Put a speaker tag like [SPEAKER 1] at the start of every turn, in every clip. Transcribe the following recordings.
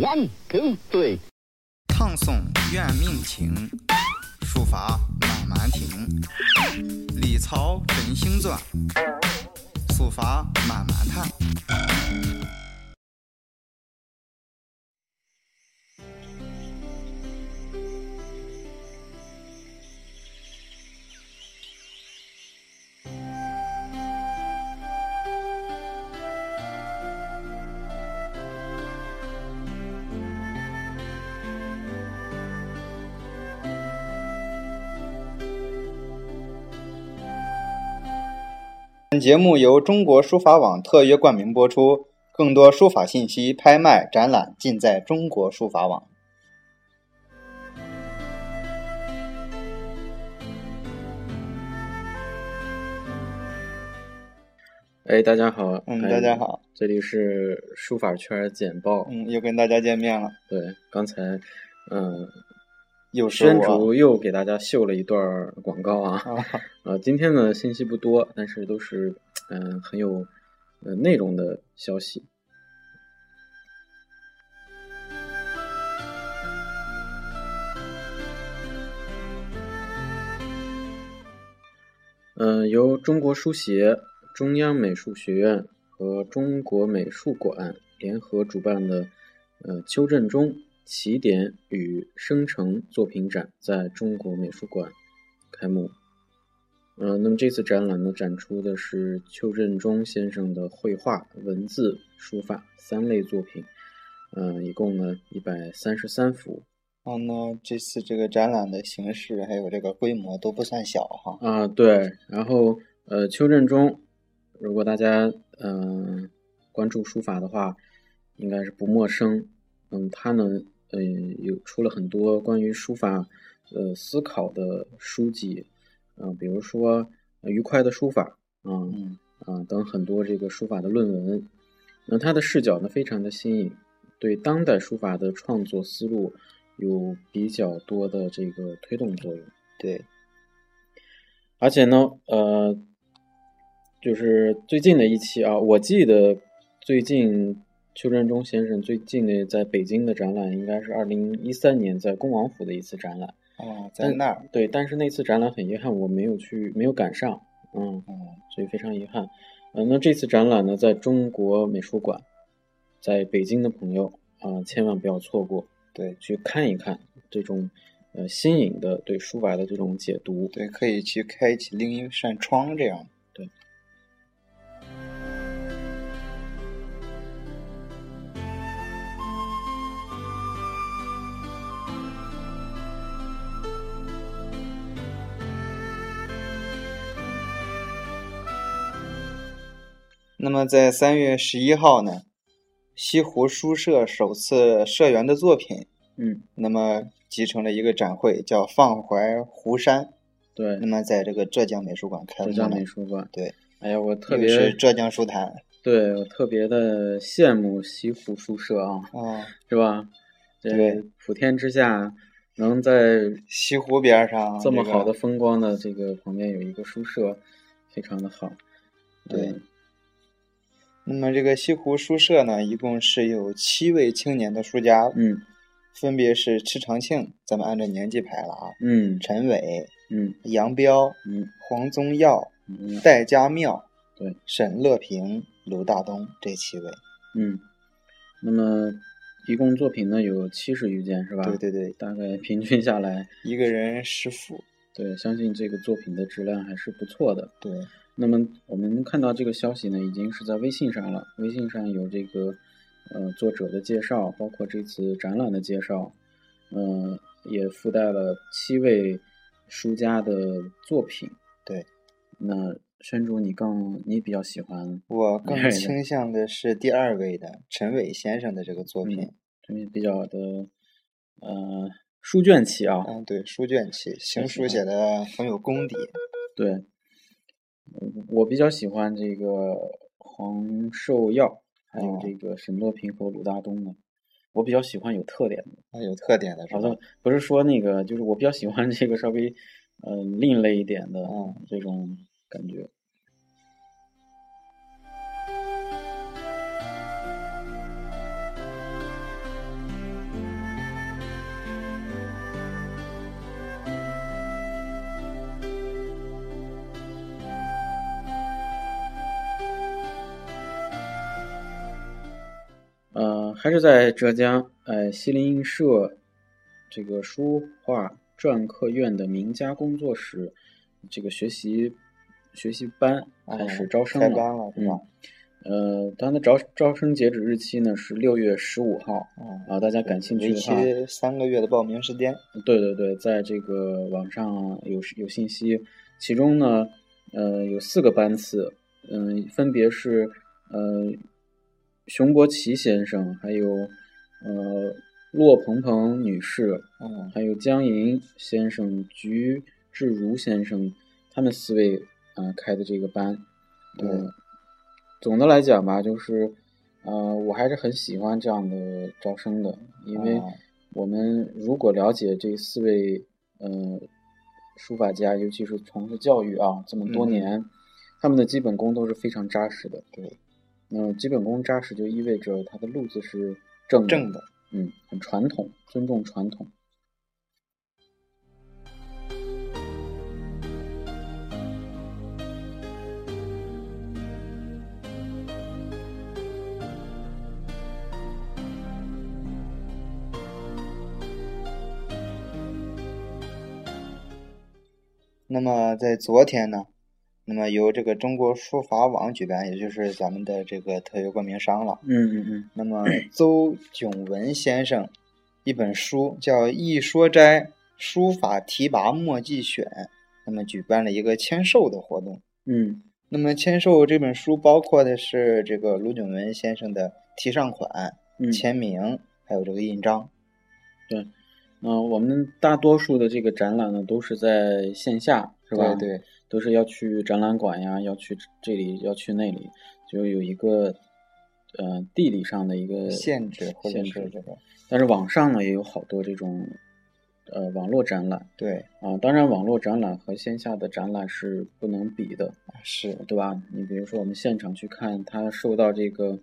[SPEAKER 1] 万更对。
[SPEAKER 2] 唱诵怨命情，书法满蛮亭。李曹真星传，书法满蛮叹。本节目由中国书法网特约冠名播出，更多书法信息、拍卖、展览尽在中国书法网。
[SPEAKER 3] 哎，大家好，
[SPEAKER 2] 嗯，
[SPEAKER 3] 哎
[SPEAKER 2] 大家，好，
[SPEAKER 3] 这里是书法圈简报。
[SPEAKER 2] 嗯，又跟大家见面了，
[SPEAKER 3] 对，刚才，嗯，
[SPEAKER 2] 又是
[SPEAKER 3] 真
[SPEAKER 2] 我
[SPEAKER 3] 竹又给大家秀了一段儿广告啊。
[SPEAKER 2] 啊，
[SPEAKER 3] 啊，今天呢信息不多，但是都是嗯、呃很有呃内容的消息。嗯、由中国书协、中央美术学院和中国美术馆联合主办的呃邱振中起点与生成作品展在中国美术馆开幕。嗯、那么这次展览呢，展出的是邱振中先生的绘画、文字、书法三类作品，嗯、一共呢一百三十三幅
[SPEAKER 2] 嗯，那这次这个展览的形式还有这个规模都不算小哈，
[SPEAKER 3] 啊、对，然后呃，邱振中，如果大家嗯、呃关注书法的话，应该是不陌生。嗯，他呢，嗯、有出了很多关于书法呃思考的书籍，嗯、比如说呃《愉快的书法》啊、
[SPEAKER 2] 嗯
[SPEAKER 3] 啊等很多这个书法的论文。那他的视角呢，非常的新颖，对当代书法的创作思路有比较多的这个推动作用。
[SPEAKER 2] 对，
[SPEAKER 3] 而且呢，呃，就是最近的一期啊，我记得最近邱振中先生最近的在北京的展览，应该是二零一三年在恭王府的一次展览。
[SPEAKER 2] 啊，在那儿，
[SPEAKER 3] 对，但是那次展览很遗憾，我没有去，没有赶上，嗯，
[SPEAKER 2] 嗯，
[SPEAKER 3] 所以非常遗憾。嗯、那这次展览呢，在中国美术馆，在北京的朋友啊、千万不要错过，
[SPEAKER 2] 对
[SPEAKER 3] 去看一看这种呃新颖的对书法的这种解读。
[SPEAKER 2] 对，可以去开启另一扇窗这样，那么在三月十一号呢，西湖书社首次社员的作品，
[SPEAKER 3] 嗯，
[SPEAKER 2] 那么集成了一个展会，叫“放怀湖山”。
[SPEAKER 3] 对。
[SPEAKER 2] 那么在这个浙江美术馆开幕
[SPEAKER 3] 浙
[SPEAKER 2] 了，
[SPEAKER 3] 江美术馆。
[SPEAKER 2] 对，
[SPEAKER 3] 哎呀，我特
[SPEAKER 2] 又是
[SPEAKER 3] 别
[SPEAKER 2] 浙江书坛
[SPEAKER 3] 对我特别的羡慕西湖书社啊，
[SPEAKER 2] 啊、
[SPEAKER 3] 是吧？这
[SPEAKER 2] 对
[SPEAKER 3] 普天之下，能在
[SPEAKER 2] 西湖边儿上
[SPEAKER 3] 这么
[SPEAKER 2] 啊个
[SPEAKER 3] 好的风光的这个旁边有一个书社，非常的好。
[SPEAKER 2] 对
[SPEAKER 3] 嗯，
[SPEAKER 2] 那么这个西湖书社呢，一共是有七位青年的书家，
[SPEAKER 3] 嗯
[SPEAKER 2] 分别是池长庆，咱们按照年纪排了啊，
[SPEAKER 3] 嗯
[SPEAKER 2] 陈伟、
[SPEAKER 3] 嗯
[SPEAKER 2] 杨彪、
[SPEAKER 3] 嗯
[SPEAKER 2] 黄宗耀、
[SPEAKER 3] 嗯
[SPEAKER 2] 戴家妙、
[SPEAKER 3] 对
[SPEAKER 2] 沈乐平、卢大东这七位。
[SPEAKER 3] 嗯。那么，一共作品呢有七十余件，是吧？
[SPEAKER 2] 对。对对，
[SPEAKER 3] 大概平均下来，
[SPEAKER 2] 一个人十幅。
[SPEAKER 3] 对，相信这个作品的质量还是不错的。
[SPEAKER 2] 对，
[SPEAKER 3] 那么我们看到这个消息呢，已经是在微信上了。微信上有这个呃作者的介绍，包括这次展览的介绍，嗯，也附带了七位书家的作品。
[SPEAKER 2] 对，
[SPEAKER 3] 那山竹你更你比较喜欢，
[SPEAKER 2] 我更
[SPEAKER 3] 对
[SPEAKER 2] 倾向的是第二位的陈伟先生的这个作
[SPEAKER 3] 嗯
[SPEAKER 2] 品。
[SPEAKER 3] 就是比较的呃书卷气啊。
[SPEAKER 2] 嗯，对，书卷气，行
[SPEAKER 3] 确实
[SPEAKER 2] 书
[SPEAKER 3] 啊
[SPEAKER 2] 写的很有功底。
[SPEAKER 3] 对，嗯我比较喜欢这个黄寿耀，还有
[SPEAKER 2] 哦
[SPEAKER 3] 这个沈乐平和鲁大东的。我比较喜欢有特点的。
[SPEAKER 2] 啊，有特点的是
[SPEAKER 3] 好
[SPEAKER 2] 吧
[SPEAKER 3] 的？，不是说那个，就是我比较喜欢这个稍微，嗯、另类一点的
[SPEAKER 2] 嗯
[SPEAKER 3] 这种感觉。呃，还是在浙江，呃，西泠印社这个书画篆刻院的名家工作室这个学习学习班开始招生
[SPEAKER 2] 嗯哦开
[SPEAKER 3] 了。
[SPEAKER 2] 班了是吧？
[SPEAKER 3] 嗯，呃，它的招招生截止日期呢是六月十五号
[SPEAKER 2] 嗯，
[SPEAKER 3] 啊，大家感兴趣
[SPEAKER 2] 为
[SPEAKER 3] 的话，
[SPEAKER 2] 期三个月的报名时间。
[SPEAKER 3] 对对对，在这个网上啊有有信息，其中呢，呃，有四个班次，嗯、分别是呃熊伯奇先生，还有呃骆鹏鹏女士，
[SPEAKER 2] 嗯，
[SPEAKER 3] 还有江银先生、菊志如先生，他们四位啊、呃开的这个班。
[SPEAKER 2] 对
[SPEAKER 3] 呃总的来讲吧，就是呃，我还是很喜欢这样的招生的，因为
[SPEAKER 2] 啊
[SPEAKER 3] 我们如果了解这四位呃书法家，尤其是从事教育啊这么多
[SPEAKER 2] 嗯
[SPEAKER 3] 年，他们的基本功都是非常扎实的。
[SPEAKER 2] 对，
[SPEAKER 3] 那、基本功扎实就意味着他的路子是正的
[SPEAKER 2] 正的。
[SPEAKER 3] 嗯，很传统，尊重传统。
[SPEAKER 2] 那么在昨天呢，那么由这个中国书法网举办，也就是咱们的这个特约冠名商了。
[SPEAKER 3] 嗯嗯嗯，
[SPEAKER 2] 那么 邹炯文先生一本书叫《一说斋书法提拔墨迹选》，那么举办了一个签售的活动。
[SPEAKER 3] 嗯，
[SPEAKER 2] 那么签售这本书包括的是这个卢炯文先生的题上款、
[SPEAKER 3] 嗯，
[SPEAKER 2] 签名，还有这个印章。
[SPEAKER 3] 嗯、我们大多数的这个展览呢，都是在线下，是吧？
[SPEAKER 2] 对，对，
[SPEAKER 3] 都是要去展览馆呀，要去这里，要去那里，就有一个呃地理上的一个
[SPEAKER 2] 呃限制或者
[SPEAKER 3] 限
[SPEAKER 2] 是
[SPEAKER 3] 制。
[SPEAKER 2] 这个
[SPEAKER 3] 但是网上呢，也有好多这种呃网络展览
[SPEAKER 2] 对
[SPEAKER 3] 啊、当然，网络展览和线下的展览是不能比的。
[SPEAKER 2] 啊是
[SPEAKER 3] 对吧？你比如说我们现场去看，它受到这个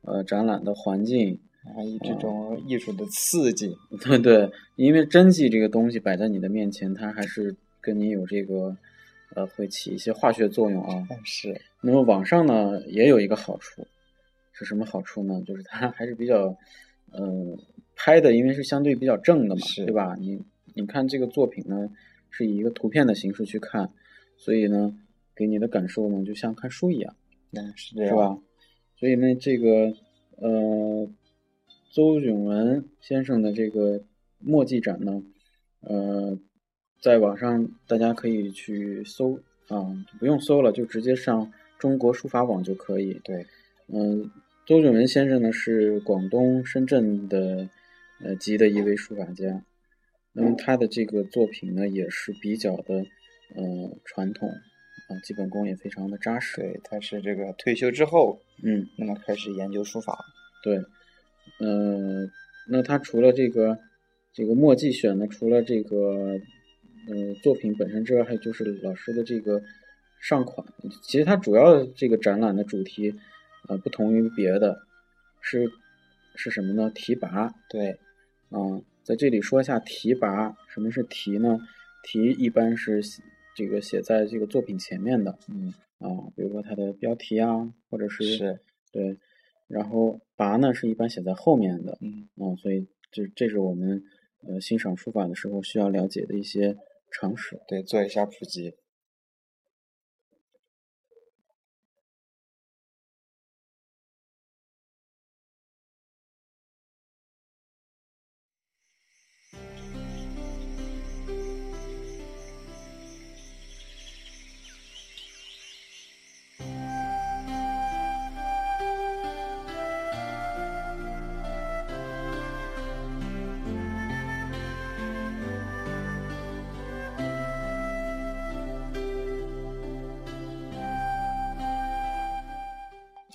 [SPEAKER 3] 呃展览的环境，
[SPEAKER 2] 啊，一
[SPEAKER 3] 嗯
[SPEAKER 2] 这种艺术的刺激。
[SPEAKER 3] 对 对，因为真迹这个东西摆在你的面前，它还是跟你有这个呃会起一些化学作用啊。
[SPEAKER 2] 但是
[SPEAKER 3] 那么网上呢也有一个好处，是什么好处呢？就是它还是比较呃拍的，因为是相对比较正的嘛，
[SPEAKER 2] 是
[SPEAKER 3] 对吧？你你看这个作品呢，是以一个图片的形式去看，所以呢，给你的感受呢就像看书一样。
[SPEAKER 2] 那是这
[SPEAKER 3] 是
[SPEAKER 2] 样，
[SPEAKER 3] 吧？啊所以呢，这个呃，邹炯文先生的这个墨迹展呢，呃，在网上大家可以去搜啊，不用搜了，就直接上中国书法网就可以。
[SPEAKER 2] 对，
[SPEAKER 3] 嗯、邹炯文先生呢是广东深圳的呃籍的一位书法家，那么他的这个作品呢也是比较的呃传统啊，基本功也非常的扎实。
[SPEAKER 2] 对，他是这个退休之后，
[SPEAKER 3] 嗯。
[SPEAKER 2] 那么开始研究书法。
[SPEAKER 3] 对，呃，那他除了这个这个墨迹选呢，除了这个呃作品本身之外，还有就是老师的这个上款。其实它主要的这个展览的主题，呃，不同于别的，是是什么呢？提拔啊、
[SPEAKER 2] 对，
[SPEAKER 3] 在这里说一下提拔，什么是提呢？提一般是写这个写在这个作品前面的
[SPEAKER 2] 嗯，
[SPEAKER 3] 啊、比如说它的标题啊，或者
[SPEAKER 2] 是，
[SPEAKER 3] 对，然后拔呢是一般写在后面的，
[SPEAKER 2] 嗯，
[SPEAKER 3] 嗯，所以这这是我们呃欣赏书法的时候需要了解的一些常识。
[SPEAKER 2] 对，做一下普及。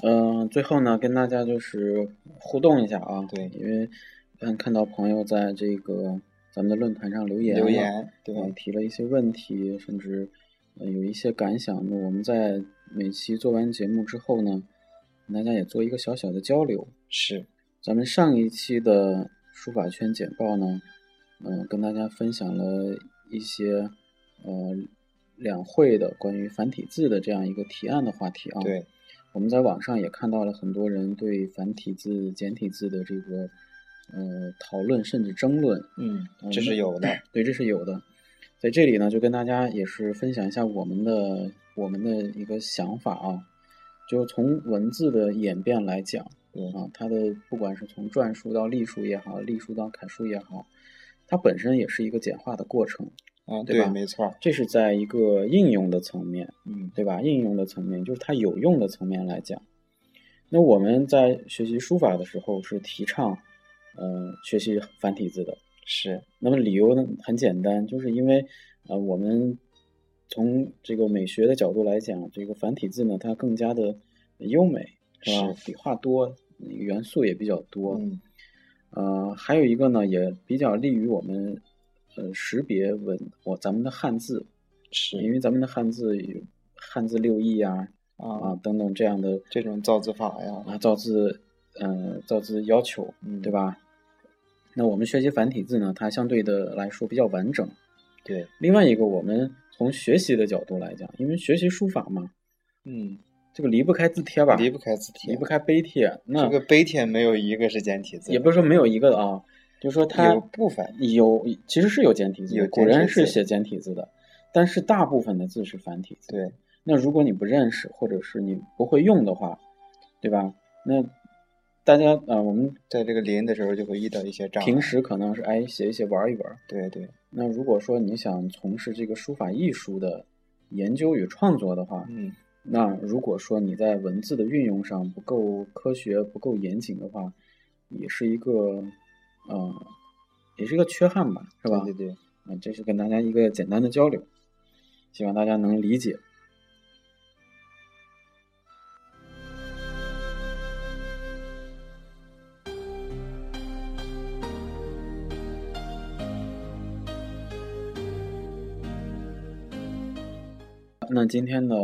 [SPEAKER 3] 嗯、最后呢，跟大家就是互动一下啊，
[SPEAKER 2] 对
[SPEAKER 3] 因为看看到朋友在这个咱们的论坛上留言
[SPEAKER 2] 留
[SPEAKER 3] 了，
[SPEAKER 2] 言，对，
[SPEAKER 3] 呃，提了一些问题，甚至呃有一些感想。那我们在每期做完节目之后呢，跟大家也做一个小小的交流。
[SPEAKER 2] 是，
[SPEAKER 3] 咱们上一期的书法圈简报呢，嗯、跟大家分享了一些呃两会的关于繁体字的这样一个提案的话题啊。。
[SPEAKER 2] 对，
[SPEAKER 3] 我们在网上也看到了很多人对繁体字、简体字的这个呃讨论甚至争论，
[SPEAKER 1] 嗯，
[SPEAKER 3] 嗯
[SPEAKER 1] 这是有的。
[SPEAKER 3] 对，这是有的。在这里呢，就跟大家也是分享一下我们的我们的一个想法啊，就从文字的演变来讲
[SPEAKER 1] 对
[SPEAKER 3] 啊，它的不管是从篆书到隶书也好，隶书到楷书也好，它本身也是一个简化的过程，
[SPEAKER 1] 啊，
[SPEAKER 3] 对吧
[SPEAKER 1] 没错儿。
[SPEAKER 3] 这是在一个应用的层面。
[SPEAKER 1] 嗯，
[SPEAKER 3] 对吧？应用的层面，就是它有用的层面来讲。那我们在学习书法的时候是提倡，呃，学习繁体字的。
[SPEAKER 1] 是，
[SPEAKER 3] 那么理由呢很简单，就是因为，呃，我们从这个美学的角度来讲，这个繁体字呢，它更加的优美，是吧？笔画多，元素也比较多。
[SPEAKER 1] 嗯，
[SPEAKER 3] 呃，还有一个呢，也比较利于我们，呃，识别文我咱们的汉字，因
[SPEAKER 1] 是
[SPEAKER 3] 为咱们的汉字有汉字六艺啊，啊
[SPEAKER 1] 啊，
[SPEAKER 3] 等等这样的
[SPEAKER 1] 这种造字法呀，
[SPEAKER 3] 啊造字，呃造字要求，
[SPEAKER 1] 嗯，
[SPEAKER 3] 对？吧？那我们学习繁体字呢，它相对的来说比较完整。
[SPEAKER 1] 对，
[SPEAKER 3] 另外一个，我们从学习的角度来讲，因为学习书法嘛，
[SPEAKER 1] 嗯，
[SPEAKER 3] 这个离不开字帖吧，
[SPEAKER 1] 离不开字帖，
[SPEAKER 3] 离不开碑帖。那
[SPEAKER 1] 这个碑帖没有一个是简体字的，
[SPEAKER 3] 也不是说没有一个啊，就是说它
[SPEAKER 1] 有部分
[SPEAKER 3] 有其实是有简体字的
[SPEAKER 1] 有，
[SPEAKER 3] 古
[SPEAKER 1] 简体
[SPEAKER 3] 人是
[SPEAKER 1] 字
[SPEAKER 3] 写简体字的，但是大部分的字是繁体字。
[SPEAKER 1] 对，
[SPEAKER 3] 那如果你不认识，或者是你不会用的话，对吧？那大家呃，我们
[SPEAKER 1] 在这个临的时候就会遇到一些障碍。
[SPEAKER 3] 平时可能是哎写一写玩一玩。
[SPEAKER 1] 对对，
[SPEAKER 3] 那如果说你想从事这个书法艺术的研究与创作的话，
[SPEAKER 1] 嗯，
[SPEAKER 3] 那如果说你在文字的运用上不够科学、不够严谨的话，也是一个呃，也是一个缺憾吧，是吧？
[SPEAKER 1] 对对对，
[SPEAKER 3] 啊，这是跟大家一个简单的交流，希望大家能理解。那今天呢，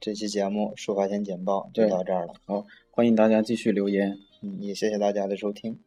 [SPEAKER 1] 这期节目《书法简简报》就
[SPEAKER 3] 对
[SPEAKER 1] 到这儿了。
[SPEAKER 3] 好，欢迎大家继续留言。
[SPEAKER 1] 嗯，也谢谢大家的收听。